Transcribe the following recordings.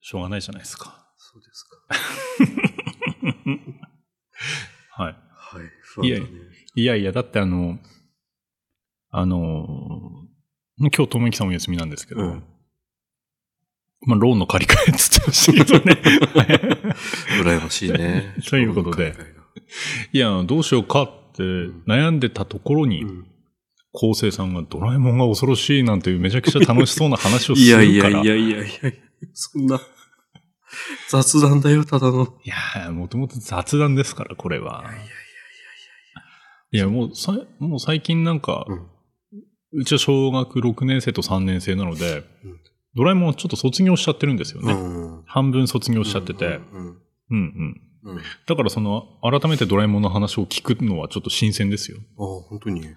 しょうがないじゃないですか。そうですか。はい。はい。不安だね。いやいや、だってあの、あの、今日、ともゆきさんお休みなんですけど、うんまあ、ローンの借り換えっつってましたけどね。 羨ましいね 。ということで海外が。いや、どうしようかって悩んでたところに、うん昴、生さんがドラえもんが恐ろしいなんていうめちゃくちゃ楽しそうな話をすいるかやら。いやいやいやいやいや、そんな、雑談だよ、ただの。いや、もともと雑談ですから、これは。いや、もうさ、もう最近なんか、うんうちは小学6年生と3年生なので、うんドラえもんはちょっと卒業しちゃってるんですよね。うん。半分卒業おしちゃってて、うん、ううんん。うん。うんだからその、改めてドラえもんの話を聞くのはちょっと新鮮ですよ。ああ、本当に。いや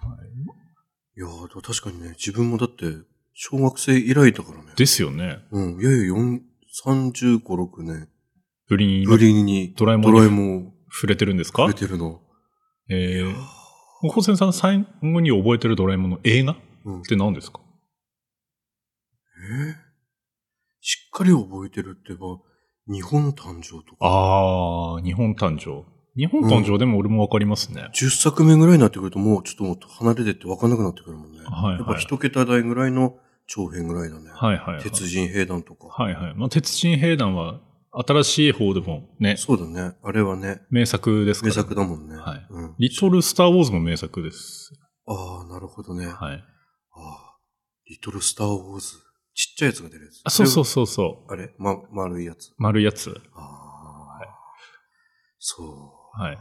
ーでも確かにね、自分もだって、小学生以来だからね。ですよね。うん。いやいや、4 35、6年ぶりにぶ今りにドラえもドんラえにもんを触れてるんですか触れてるの。えー、ホセンさん最後に覚えてるドラえもんの映画っうん。て何ですかえーしっかり覚えてるってば、日本誕生とか。あー、日本誕生。日本誕生でも俺もわかりますね。 10作目ぐらいになってくると、もうちょっともう離れてって分かんなくなってくるもんね。はいはいやっぱ一桁台ぐらいの長編ぐらいだね。はいはい、はい。鉄人兵団とか。はいはい。まあ、鉄人兵団は新しい方でもね、そうだね。あれはね、名作ですから、名作だもんね。はいうん、リトル・スター・ウォーズも名作です。ああ、なるほどね。はい。ああ、リトルスターウォーズ。ちっちゃいやつが出るやつ。あ、そうそうう。そうそう。あれま、丸いやつ。丸いやつ。ああ、そはい。う。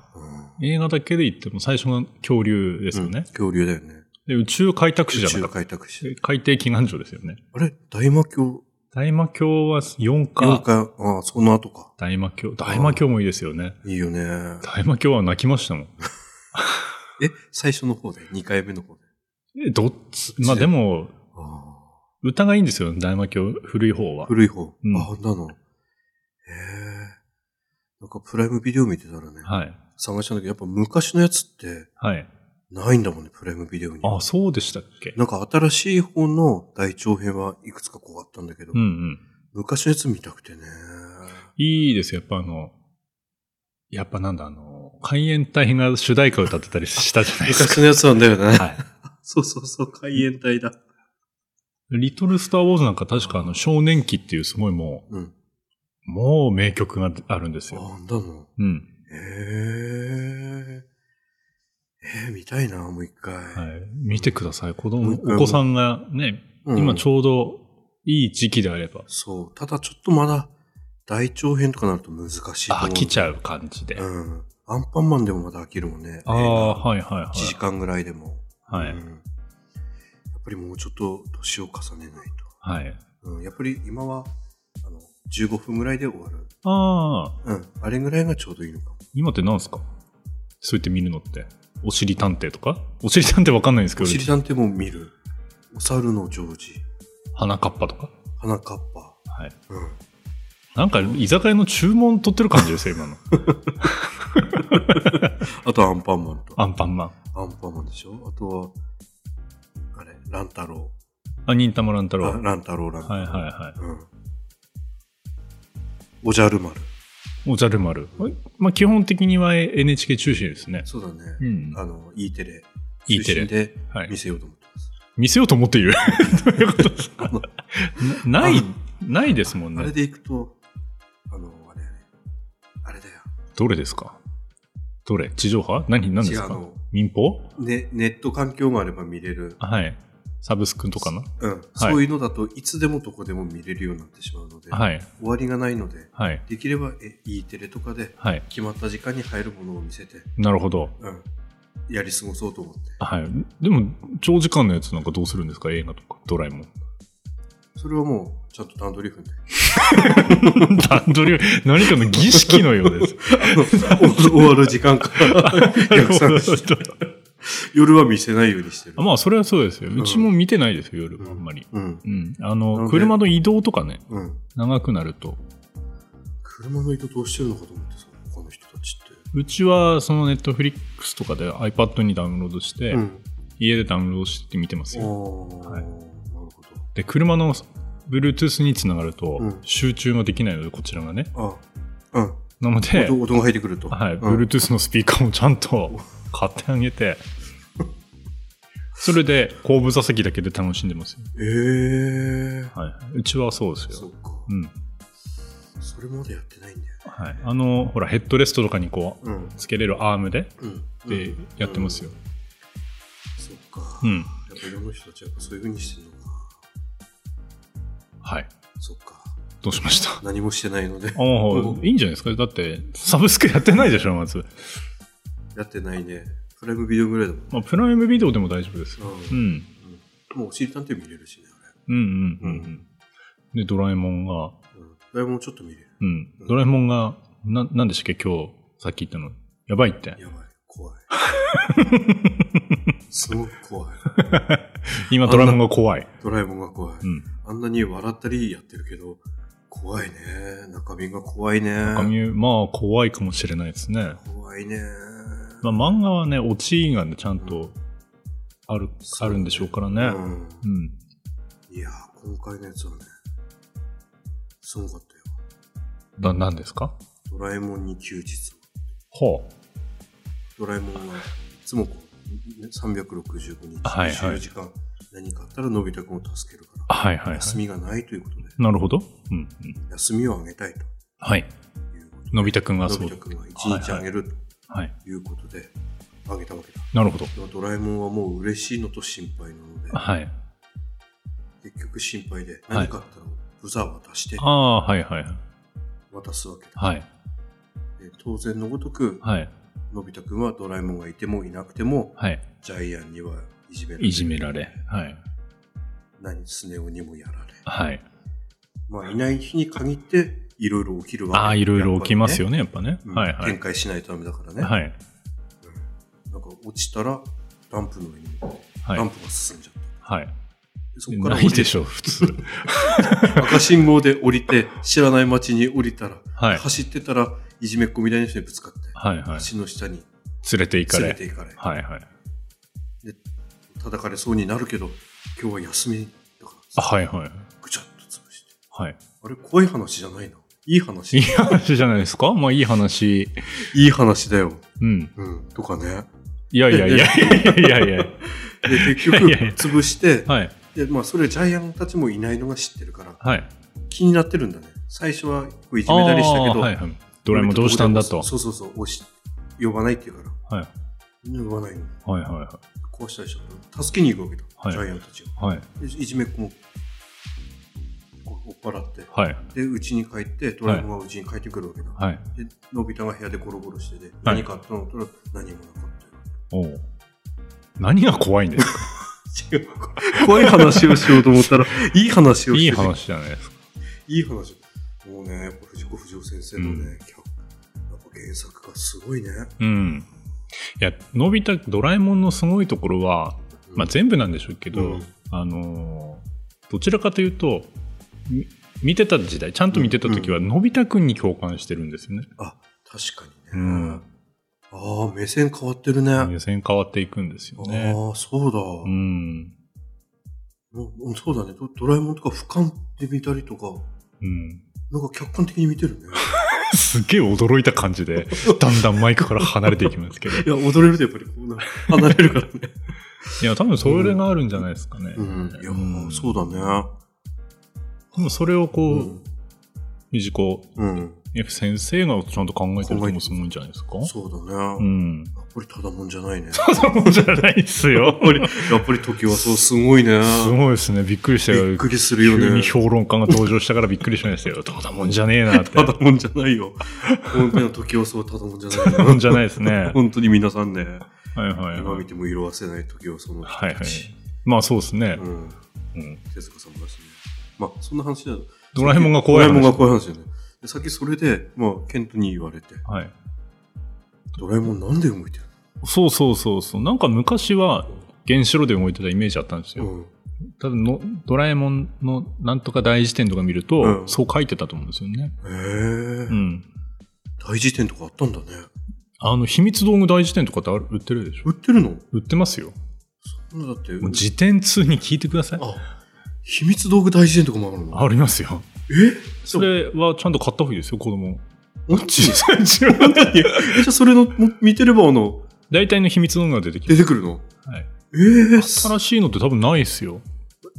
うん。映画だけで言っても最初が恐竜ですよねうん。恐竜だよね。で、宇宙開拓士宇じゃ宙なかっ開拓た。士。で海底祈願所ですよね。あれ大魔教大魔教は4か。妖か。怪ああ、その後か。大魔教。大魔教もいいですよね。いいよね。大魔教は泣きましたもん。え、最初の方で ?2 回目の方で。え、どっち、まあでも、あ歌がいいんですよ、大魔教、古い方あ。は。古い方。うんああ、なの。へえ。なんかプライムビデオ見てたらね、はい。探したんだけど、やっぱ昔のやつってはい。ないんだもんね、プライムビデオに。あ、そうでしたっけなんか新しい方の大長編はいくつかこうあったんだけど、うんうん。昔のやつ見たくてね。いいですよ。やっぱあの、やっぱなんだ、あの、海援隊が主題歌歌ってたりしたじゃないです昔か。のやつなんだよね。は そうそうそう、海援隊だ。い。リトル・スター・ウォーズなんか確かあの、少年期っていうすごいもうん。う、もう名曲があるんですあ、よ。なんだの。うん。へえ。えー、見たいな、もう一回。はい。見てください。子供、もうお一回も子さんがね、うん今ちょうどいい時期であれば、そう。ただちょっとまだ、大長編とかなると難しいと思う。飽きちゃう。う感じで。うん。アンパンマンでもまだ飽きるもんね。あ映あ、画はいはいは1時間ぐらいでも。い。はうい。んやっぱりもうちょっと年を重ねないと。はい。うん、やっぱり今は、あの、15分ぐらいで終わる。ああ、うん。あれぐらいがちょうどいいのかも。今って何すかそうやって見るのって。お尻探偵とかお尻探偵わかんないんですけおど、尻探偵も見る。お猿のジョージ。花かっぱとか。花かっぱ。はい。うん。なんか居酒屋の注文取ってる感じ ですよ、今の。あとアンパンマンと。アンパンマン。アンパンマンでしょあとは、あれ、乱太郎。あ、忍たま乱太郎。あはい乱太郎、乱太は郎。いはうん。おじゃる丸。い。おじゃる丸。まあ、基本的には NHK 中心ですね。そうだね。うん。あの、E テレ。 E テレ中心ではい見。せようと思ってます。見せようと思っている。どういうことですか なないあの、ないですもんあれね。で行くと、あの、あれあれ。あれだよ。どれですかどれ地上波何何です違うあかの民放ね、ネット環境があれば見れる。はい。サブスクとかなうん、そういうのだといつでもどこでも見れるようになってしまうので、はい。終わりがないので、はい。できればえ E テレとかではい。決まった時間に入るものを見せて、なるほど。うん、やり過ごそうと思って。はい。でも、長時間のやつなんかどうするんですか映画とか。ドラえもん。それはもうちゃんと段取り踏んで。 段取り、何かの儀式のよう です。あの終わる時 間から逆算して、夜は見せないようにしてる。まあ、それはそうですよ。うちも見てないですよ、夜うんはあんまり。うん。うん。あなんの、で車の移動とかね、うん。長くなると。車の移動どうしてるのかと思ってさ、他の人たちって。うちは、そのネットフリックスとかで iPad にダウンロードして、うん。家でダウンロードして見てますああ、よ。なるほど。で、車の Bluetooth につながるとうん集中ができないので、こちらがね。あ、うん。なので、音音が入ってくると。はい、うん Bluetooth のスピーカーもちゃんと買ってあげ て、それで後部座席だけで楽しんでますよ。ええー。はい、うちはそうですそよ。っか。うん。それまでやってないんだよ。はい。あの、ほら、ヘッドレストとかにこう、うん。つけれるアームで、うん。でうん、やってますよ。そっか。うやっん。ぱ世の人たちはやっぱそういう風にしてるのかな。はい。そっか。どうしま したあ何もしてないので。あ、いいんじゃないですかだって、サブスクやってないでしょ、まず。やってないね。プライムビデオぐらいだもん。まあ、プライムビデオでも大丈夫ですよ。う。うんもうおしりたんて見れるしね、うんうんうんうん。で、ドラえもんが、あれ。うん。ドラえもんちょっと見れる。うんう。んドラえもんが、な、なんでしたっけ今日、さっき言ったの。やばいって。やばい。怖い。 すごく怖い。今、あんドなラえもんが怖い。ドラえもんが怖い。うん。あんなに笑ったりやってるけど、怖いね。中身が怖いね。中身、まあ、怖いかもしれないですね。怖いね。まあ、漫画はね、オチがね、ちゃんと、ある、あるんでしょうからね。うん。うん。いやー、今回のやつはね、すごかったよ。だ、なんですかドラえもんに休日を。ほう。ドラえもんはいつもこう、ね365日、はいはい24時間、何かあったらのび太くんを助けるから、はいはいはい。休みがないということで、なるほど。うん、うん。休みをあげたいとはい。いうことで、のび太くんがのそびう太。くんは1日あげるはい。ということで、あげたわけだ。なるほど。でもドラえもんはもう嬉しいのと心配なので、はい。結局心配ではい何かあったらブザー渡してああ、はいはい。渡すわけだ。はい。で当然のごとく、はい。のび太くんはドラえもんがいてもいなくても、はい。ジャイアンにはいじめられいじめられ。はい。何、スネ夫にもやられ。はい。まあ、いない日に限って、いろいろ起きるわけああ、いろいろ起きますよね。ね、やっぱね。うんはいは展い。開しないとダメだからね。はい。なんか落ちたら、ダンプの上に、はダンい。プが進んじゃった。はい。でそこからないでょ。しょ、普通。赤信号で降りて、知らない街に降りたら、はい。走ってたら、いじめっ子みたいな人にぶつかって、はいはい。橋の下に 連れて行か連れれ。て行かれ、はいはい。叩かれそうになるけど、今日は休みだかあら、はいはい。ぐちゃっと潰して。はい。あれ、怖い話じゃないのいいい 話い。話じゃないですか まあいい話。いい話だよ。うん。うん。とかね。いやいやいやいやいやいや。で、結い局やいや、潰して、はい。で、まあ、それジャイアンたちもいないのが知ってるから、はい。気になってるんだね。最初はこういじめたりしたけあーど、はいはい。ドラえもんどうしたんだと。そうそうそう、押し呼ばないって言うから、はい。呼ばないの。はいは壊したりした助けに行くわけだ、はいジャイアンたちが。いはい。はい。でいじめっ子も、こう追っ払って、はい。で、うちに帰って、ドラえもんがうちに帰ってくるわけだ。はい。で、のび太が部屋でゴロゴロしてて、何かあったのと何もなかったおよ。う何が怖いんですか違う怖い話をしようと思ったら、いい話をい しいてて話じゃないですか。いい話。もうね、やっぱ藤子不二雄先生のね、やっぱ原作がすごいね。うん。いや、のび太、ドラえもんのすごいところは、まあ全部なんでしょうけど、うんあのーどちらかというと、み見てた時代、ちゃんと見てた時は、のび太くんに共感してるんですよね。あ、確かにね。うんああ、目線変わってるね。目線変わっていくんですよね。ああ、そうだ、うん。うんうんそうだねド。ドラえもんとか俯瞰で見たりとか、うん。なんか客観的に見てるね。すげえ驚いた感じで、だんだんマイクから離れていきますけ ど。 いや、踊れるとやっぱりこう な、離れるからね。いや、多分それがあるんじゃないですかね。うん。いや、うんそうだね。でもそれをこう、うん。みじこうん。 F 先生がちゃんと考えてるともすごいんじゃないですかそうだね。うん。やっぱりただもんじゃないね。そうじゃないですよ。やっぱり時はそう、すごいね。すごいですね。びっくりしたびっよ。くりするよ急ねに。評論家が登場したからびっくりしましたよ。どうだもんじゃねえなって。ただもんじゃないよ。今回の時はそう、ただもんじゃないよ。たもんじゃないですね本当に皆さんね、はいはい今は見い。ても色褪せない時はその人はいはたいち。。まあそうですね。うん。うん手塚さんもだしね。まあ、そんな話だよ。ドラえもんが怖いドラ話えもんが怖い話だよね。でさっきそれで、まあ、ケントに言われて、はい。ドラえもんなんで動いてそうそうそうそう。なんか昔はる原子炉で動いてたイメージあったんですのよ。うん。ただの、ドラえもんのなんとか大辞典とか見ると、うんそう書いてたと思うんですよね。へえう。ん。大辞典とかあったんだね。あの、秘密道具大辞典とかってある売ってるでしょ売ってるの売ってますよ。そんなだって。もう辞典通に聞いてください。あ、秘密道具大事典とかもあるのありますよ。えそれはちゃんと買った方がいいですよ、子供。マジじゃあそれのも見てればあの、大体の秘密のが出てきて出。てくるのはい、えー、す新しいのって多分ないですよ。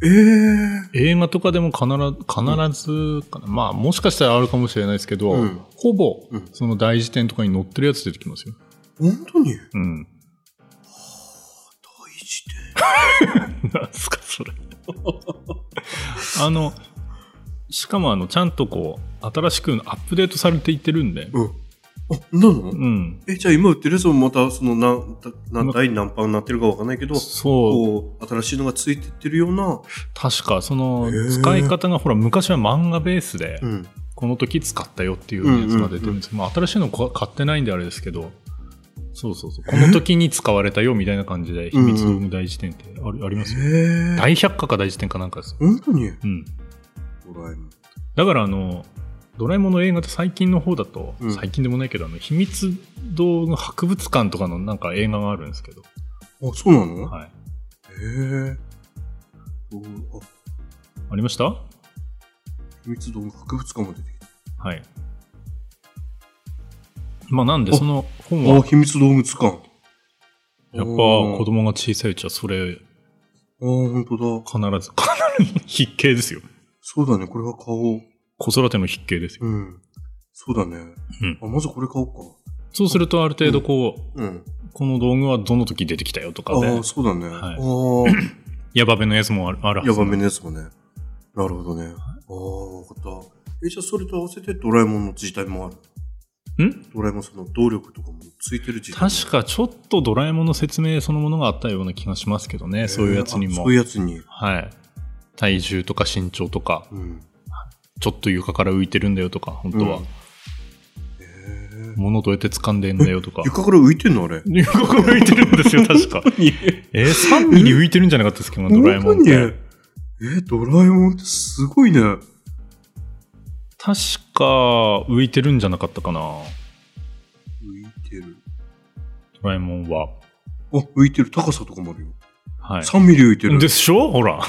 えー、映画とかでも必ず、必ずかな。まあ、もしかしたらあるかもしれないですけど、うんほぼうん、その大辞典とかに載ってるやつ出てきますよ。本当にうん。大事なんすか、それ。あの、しかも、あの、ちゃんとこう、新しくアップデートされていってるんで、典。うん。あ、なのうん。え、じゃあ今売ってるやつもまた、その、なん、な、まな、第何パンになってるかわかんないけど、そう、こう、新しいのがついてってるような、確か、そのへ、ー使い方が、ほら、昔は漫画ベースで、うん。この時使ったよっていうようなやつが出てるんですけど、まあ、新しいのこ買ってないんであれですけど、そうそうそう、この時に使われたよみたいな感じで、秘密道具大辞典ってありありえますよ。ー、大百科か大辞典かなんかですよ。本当にうん。ドラえもん。だから、あの、ドラえもんの映画って最近の方だと、うん最近でもないけど、あの、秘密道具博物館とかのなんか映画があるんですけど、あ、そうなのはい。へえ。おあ、ありましたは秘密道具博物館も出てきた。い。まあ、なんで、あその本あ、は、秘密道具館。あやっぱおー子供が小さいうちはそれあ、本当だ。必ず、必ず必携ですよ。そうだね、これは買おう。子育ての筆形ですよ。うん。そうだね。うんあ、まずこれ買おうそうするとある程度こう、か。うん。この道具はどの時出てきたよとかあであ、、そうだね。はいああ。ヤバめのやつもあるあるはず。やばめのやつもね。なるほどね。ああ、わかった。え、じゃあそれと合わせてドラえもんの自体もある。んドラえもんその動力とかもついてる自体も確かちょっとドラえもんの説明そのものがあったような気がしますけどね、そういうやつにえーあもそうい。うやつに。はい。体重とか身長とか、うん。ちょっと床から浮いてるんだよとか、本当は。うんえー、物どうやって掴んでんだよとか。床から浮いてんのあれ。 床から浮いてるんですよ、確か。えー、3ミリ浮いてるんじゃなかったですけど、ドラえもんっ本て。当にえ、ドラえもんってすごいね。確か、浮いてるんじゃなかったかな、浮いてる。ドラえもんは。あ、浮いてる。高さとかもあるよ。はい。 3ミリ浮いてる。でしょほら。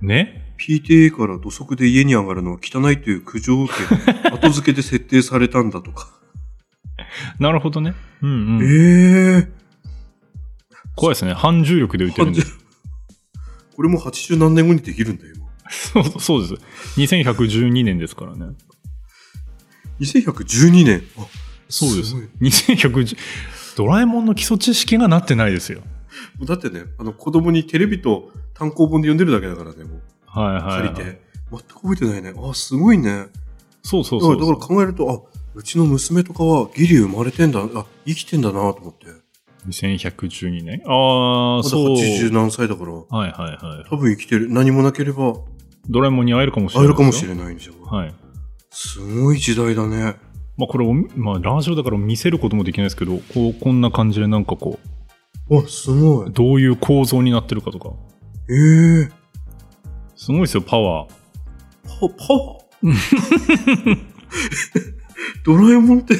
ね PTA から土足で家に上がるのは汚いという苦情を受 け、後付けで設定されたんだとか。なるほどね。うんうん。ええー。怖いですね。反重力で浮いてるんで。 これも80何年後にできるんだよ、今。そうそうです。2112年ですからね。 2112年。あ、そうですごい。 2110、ドラえもんの基礎知識がなってないですよ。だってね、あの、子供にテレビと単行本で読んでるだけだからね、もう、はいはい、借はりい。て。全く覚えてないね。あ、すごいね。そうそうだかそらうだから考えると、あ、うちの娘とかはギリ生まれてんだ、あ、生きてんだなと思って。 2112年。ああ、まだそう。 80何歳だから、多はいはいはい。分生きてる。何もなければドラえもんに会えるかもしれな会えいるですよ。かもしれないんじゃん。はい。すごい時代だね。まあこれお、まあラジオだから見せることもできないですけど、こう、こんな感じでなんかこう、あ、すごい。どういう構造になってるかとか。ええー。すごいですよ、パワー。パ、パワードラえもんって、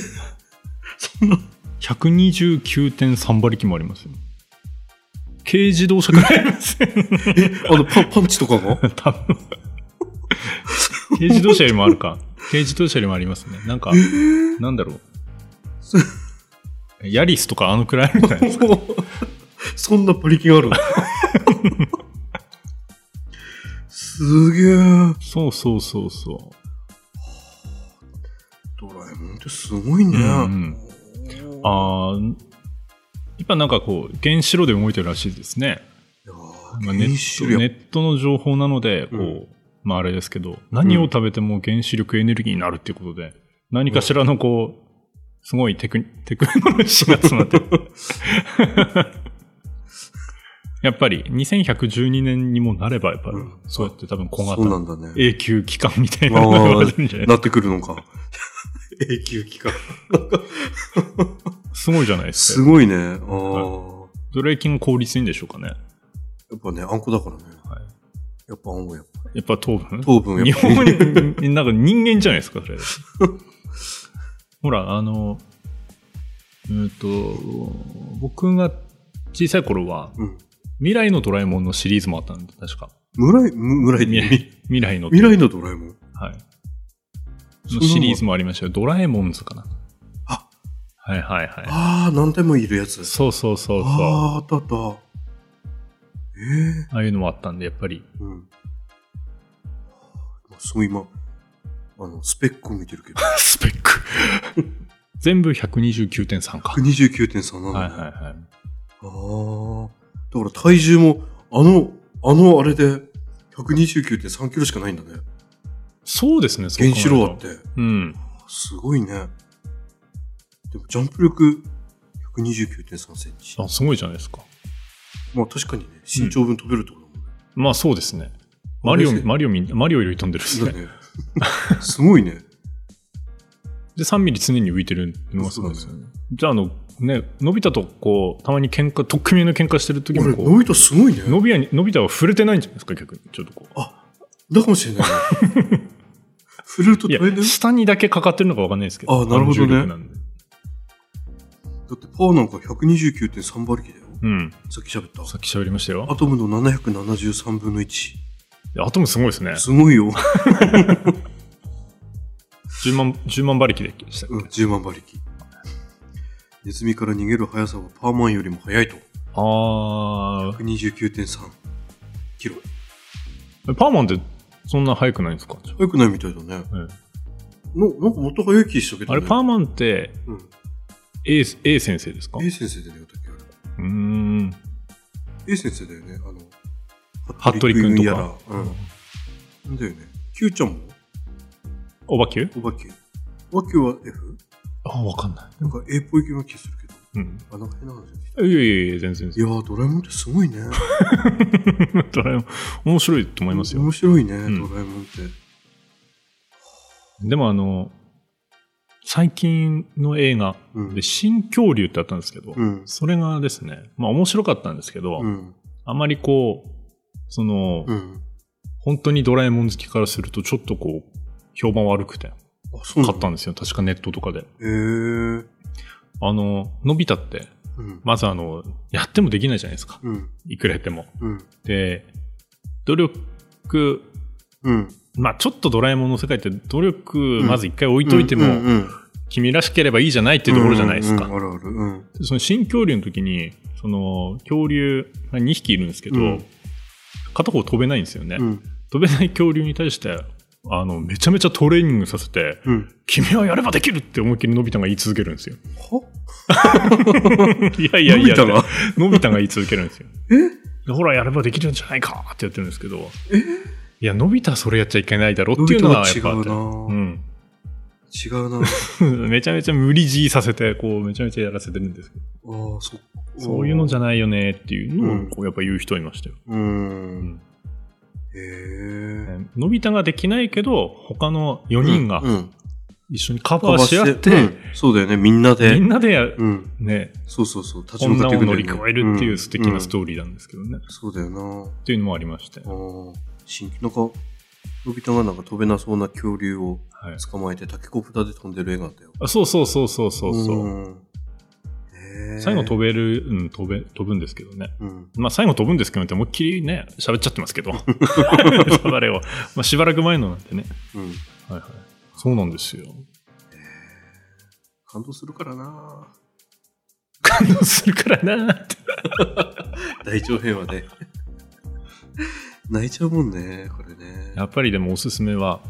そんな、 129.3馬力もありますよ。軽自動車くらいありますよ。え、あの、パ、パンチとかが 多分。軽自動車よりもあるか。軽自動車よりもありますね。なんか、なんだろう。ヤリスとかあのくらいあるんじゃないですか。そんな馬力があるのすげえ。そうそうそうそドラえもんってすごいね。うんう。あーやっぱなんかこう、原子炉で動いてるらしいですね。いやまあーネ原ッ子ト力ネットの情報なので、こう、うんまああれですけど、何を食べても原子力エネルギーになるっていうことで、何かしらのこう、すごいテク、テクノロジーが詰まって る。やっぱり2112年にもなれば、やっぱり、うんそうやって多分小そうな型、んだね。永久期間みたいなのがあー生まれるんじゃないなってくるのか。永久期間。すごいじゃないですすか。ごいね。ああ。どれだけ効率いいんでしょうかね。やっぱね、あんこだからね。はいやっぱあんこやっぱ。やっぱ糖分糖分日やっぱり。本人、なんか人間じゃないですか、そ れ。ほら、あの、うーんと、僕が小さい頃は、うん。未来のドラえもんのシリーズもあったんで、確か。村井、む村井未未来未来の。未来のドラえもん。はい。そのんなのシリーズもありましたよ。ドラえもんズかな。あはいはいはい。ああ、何体もいるやつ。そうそうそうそう。あああ、あったあった。えあいうのもあったんで、やっぱり。えうん。そう今、あの、スペックを見てる けど、スペック。全部129.3か。 29.3なんだ、はいね。はいはい。ああ。だから体重も、あの、あのあれで、129.3キロしかないんだね。そうですね、そう原考え子ると炉あって。うん。すごいね。でも、ジャンプ力、129.3センチ。あ、すごいじゃないですか。まあ確かにね、身長分飛べるってことだもんね。まあそうですね。マリオ、嬉しいマリオみ、マリオより飛んでるっすだね。ね。すごいね。で、3ミリ常に浮いてるのがすごいですよね。じゃあ、あの、ね、のび太とこう、たまに喧嘩、取っ組み合いの喧嘩してる時俺、もこ、のび太すごいうのね。びやに、のび太は触れてないんじゃないですか、逆に。ちょっとこう。だかもしれないね。 振るとい大変だや、よ。下にだけかかってるのかわかんないですけど。あなるほどね重力なんでだってパワーなんか129.3馬力だよ。うん。さっき喋った。さっき喋りましたよア。トムの773分の1。いやアトムすごいですね。すごいよ。 10万、10万馬力でした。うん、10万馬力。ネズミから逃げる速さはパーマンよりも速いと。あ129.3キロ。ー、パーマンってそんな速くないんですか、速くないみたいだね。うんのなんかもっと速い気したけど、あね。れ、パーマンってうん。 A, A 先生ですか A 先生だよ、だっけあれ。うーん。 A 先生だよね、あの、服部君とかやら。うん。なんだよね。Q ちゃんもおばきゅおばけ。おばけは F? あ、わかんななんか A っぽい気が気するけど。い。うん。あ、なんか変な話だねいやいやいや、全然いやー、ドラえもんってすごいね。全 然。ドラえもん、面白いと思いますよ。面白いね、んドラえもんって。でもあの、最近の映画うんで、。新恐竜ってあったんですけど、うん。それがですね、まあ面白かったんですけど、うん。あまりこう、その、うん。本当にドラえもん好きからすると、ちょっとこう、評判悪くて、あ、そうな買んっだ。たんですよ。確かネットとかで。へえー。あの、のび太って、うん。まずあの、やってもできないじゃないですか。うん。いくらやっても。うん。で、努力、うん。まあちょっとドラえもんの世界って努力、んまず一回置いといてうんも、うん。っ君らしければいいじゃないっていうところじゃないですか。あるある。うん。でその新恐竜の時に、その恐竜が2匹いるんですけど、うん片方飛べないんですよね。うん。飛べない恐竜に対して、あの、めちゃめちゃトレーニングさせて、うん。君はやればできるって思いっきりのび太が言い続けるんですよ。はいやいやいや、のび太がのび太が言い続けるんですよ。えでほら、やればできるんじゃないかってやってるんですけど、いや、のび太はそれやっちゃいけないだろっていうのはやっぱあっのびて太はう。違うん違う な。めちゃめちゃ無理強いさせて、こう、めちゃめちゃやらせてるんですけど、ああ、そっか。そういうのじゃなないよねっていううのを、んこう、やっぱ言う人いましたよ。うーん。へねえ。のび太ができないけど、他の4人がうん一緒にカバーし合って、、うんそうだよね、みんなみで。んなでや、うん。ね、そうそうそう、立ち向女かっていをくんだ乗よねり越えるっていう素敵なスートーリーなんですけどね。リー。そうだよな。っていうのもありまして。あはー新規なんか、のび太がなんか飛べなそうな恐竜をい。捕まえて、タケコプターで飛んでる映画だったよ。あそうそうそうそうそうそう。ん。へえ。最後飛べる、うん、飛べ、飛ぶんですけどね。うん。まあ最後飛ぶんですけどって思いっきりね、喋っちゃってます けど。 喋れを。まあしばらく前のなんてね。うん。はいはい。そうなんですよ。感動するからな。感動するからなーって。大長編はね。泣いちゃうもんね、これね。やっぱりでもおすすめは、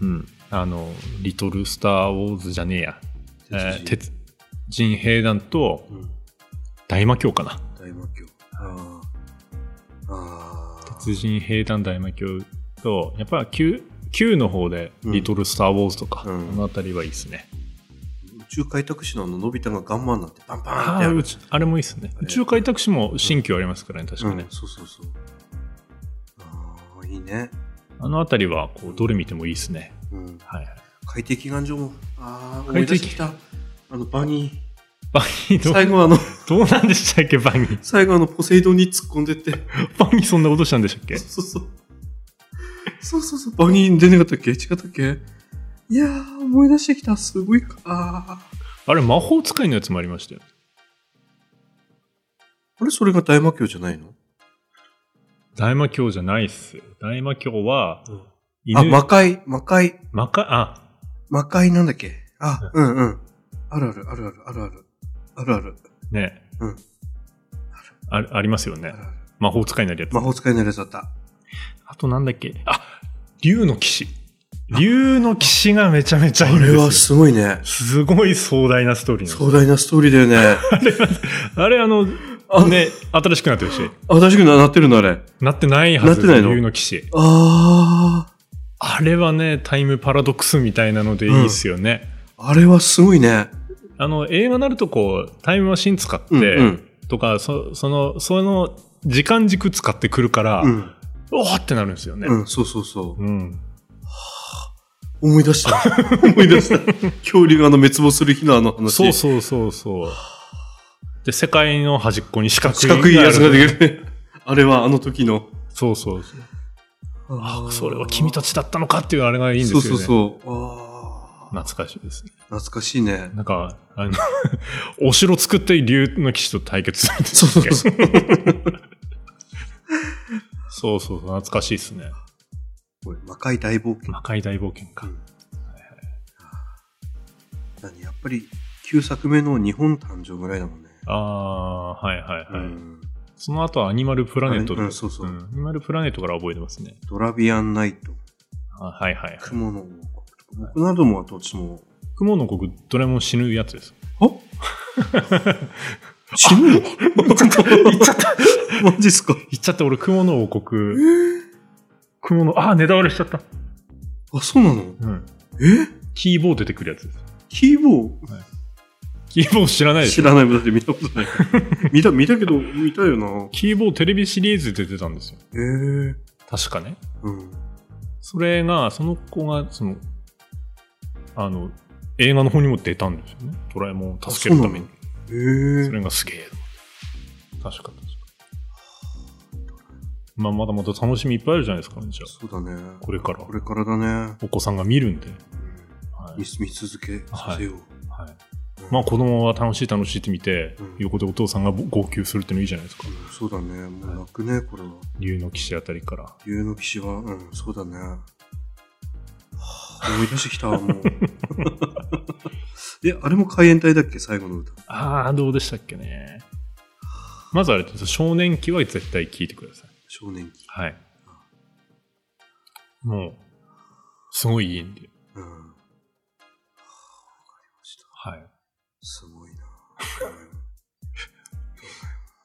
うん、あの、リトル・スター・ウォーズじゃねえや。えー鉄人鉄人兵団とうん。大魔教かな。大魔教。ああ。ああ。鉄人兵団大魔教と、やっぱ Q、Q の方でリトル・スター・ウォーズとか、うんあのあたりはいいですね。宇宙開拓士のあの、のび太がガンマンなんてバンバンっあてあやるうちあれもいいですね。宇宙開拓士も新旧ありますからね、確かね。うんそうそうそう。ああ、いいね。あのあたりは、こう、どれ見てもいいですね。うん。はいはい。海底祈願所も、ああ、思海い底出してきた。あの、バ ニー。バニー最後はあの、ど、どうなんでしたっけ、バニー。最後あの、ポセイドンに突っ込んでって。バニーそんなことしたんでしたっけそうそう。そうそうそう、バニー出なかったっけ違ったっけいやー、思い出してきた。すごいか。あーあれ、魔法使いのやつもありましたよ。あれ、それが大魔教じゃないの大魔教じゃないっすよ。大魔教は、うん犬、あ、魔界、魔界、魔界、あ、魔界なんだっけあ、うんうん。あるある、あるある、あるある。あるある、ね。うんあるありますよあねる。ある。魔法使いになるやつ。魔法使いのやつだった。あとなんだっけあ、竜の騎士。竜の騎士がめちゃめちゃいいあんですれよ。はすごいね。すごい壮大なストーリーなんです壮大なストーリーだよ ね。あれあの、あ、ね、ね、新しくなってるし。新しくななってるのあれ。なってないはず。なってないの竜の騎士。ああれはね、タイムパラドックスみたいなのでいいっすよね。ー、あれはすごいね。あの、映画になるとこう、タイムマシン使って、うん、うん。とか、そその、その、時間軸使ってくるから、うん、おーってなるんですよね。うん、そうそうそう。うん。思い出した。 思い出した。恐竜があの滅亡する日のあの話。そうそうそうそう。で、世界の端っこに四角い。四角いやつが。できる。 あれはあの時の。そうそうそう。ああ、それは君たちだったのかっていうあれがいいんですよそうね。そうそう。あー懐かしいですね。懐かしいね。なんか、あの、 お城作って竜の騎士と対決するんですそうそうそ。そうそうそうそう、懐かしいですね。これ魔界大冒険。魔界大冒険か。何やっぱり9作目の日本誕生ぐらいだもんね。ああー、はいはいはい。うんその後はアニマルプラネットであれうんそうそうアニマルプラネットから覚えてますね。ドラビアンナイト、あはいはいはい。雲の王国とか、僕などもはどっちも。雲の国、ドラえもん死ぬやつです。は死ぬの言っちゃっ た。言っちゃった。マジっすか。言っちゃって俺、雲の王え国、ー雲の、ああ、ネタバレしちゃった。あ、そうなのうん。えキーボー出てくるやつです。キーボキーボー知らないーでし知ょらない。だって見たことない から。見た、見たけど、見たよな。キーボーテレビシリーズで出てたんですよ。えー。確かね。うん。それが、その子が、その、あの、映画の方にも出たんですよね。ドラえもんを助けるために。えそー。れがすげえ。確か確か。まあ、まだまだ楽しみいっぱいあるじゃないですか、じゃあ。そうだね。これからこ。れからだね。お子さんが見るんで。はい見見続けさせよう。はいまあ、子供は楽しい楽しいって見て、うん横でお父さんが号泣するってのいいじゃないですかう。んそうだね。もう泣くね、これは。竜の騎士あたりから。竜の騎士は、うん、そうだね。はあ思い出してきた、もう。 え、あれも海援隊だっけ最後の歌。ああ、どうでしたっけね。まずあれです、少年期は絶対聞いてください。少年期。はい。もう、すごいいいんで。うん。はあわかりました。はい。すごいな。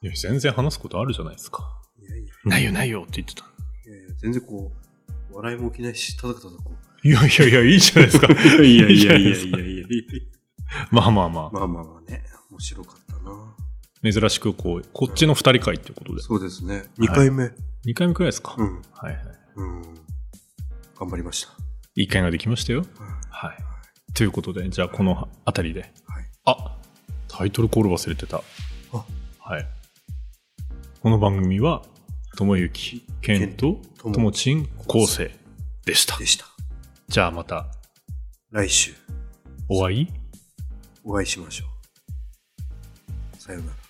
いや、全然話すことあるじゃないですか。いやいや、ないよないよって言ってた。いやいや、全然こう、笑いも起きないし、ただただこう。いやいやいや、いいじゃないです か。いやいやいやいやいや。まあまあまあ。 まあまあまあね、面白かったな。珍しく、こう、こっちの二人会っていうことで。そうですね。2回目。二回目くらいですか。うん。はいはうん。頑張りました。い。一回ができましたよ。ははい。ということで、じゃあこのあたりで。い。あタイトルコール忘れてた。あはい。この番組は、ともゆき、けんと、ととももちん、こうせいでしたで。した。じゃあまた、来週お会いお会いしましょう。さようなら。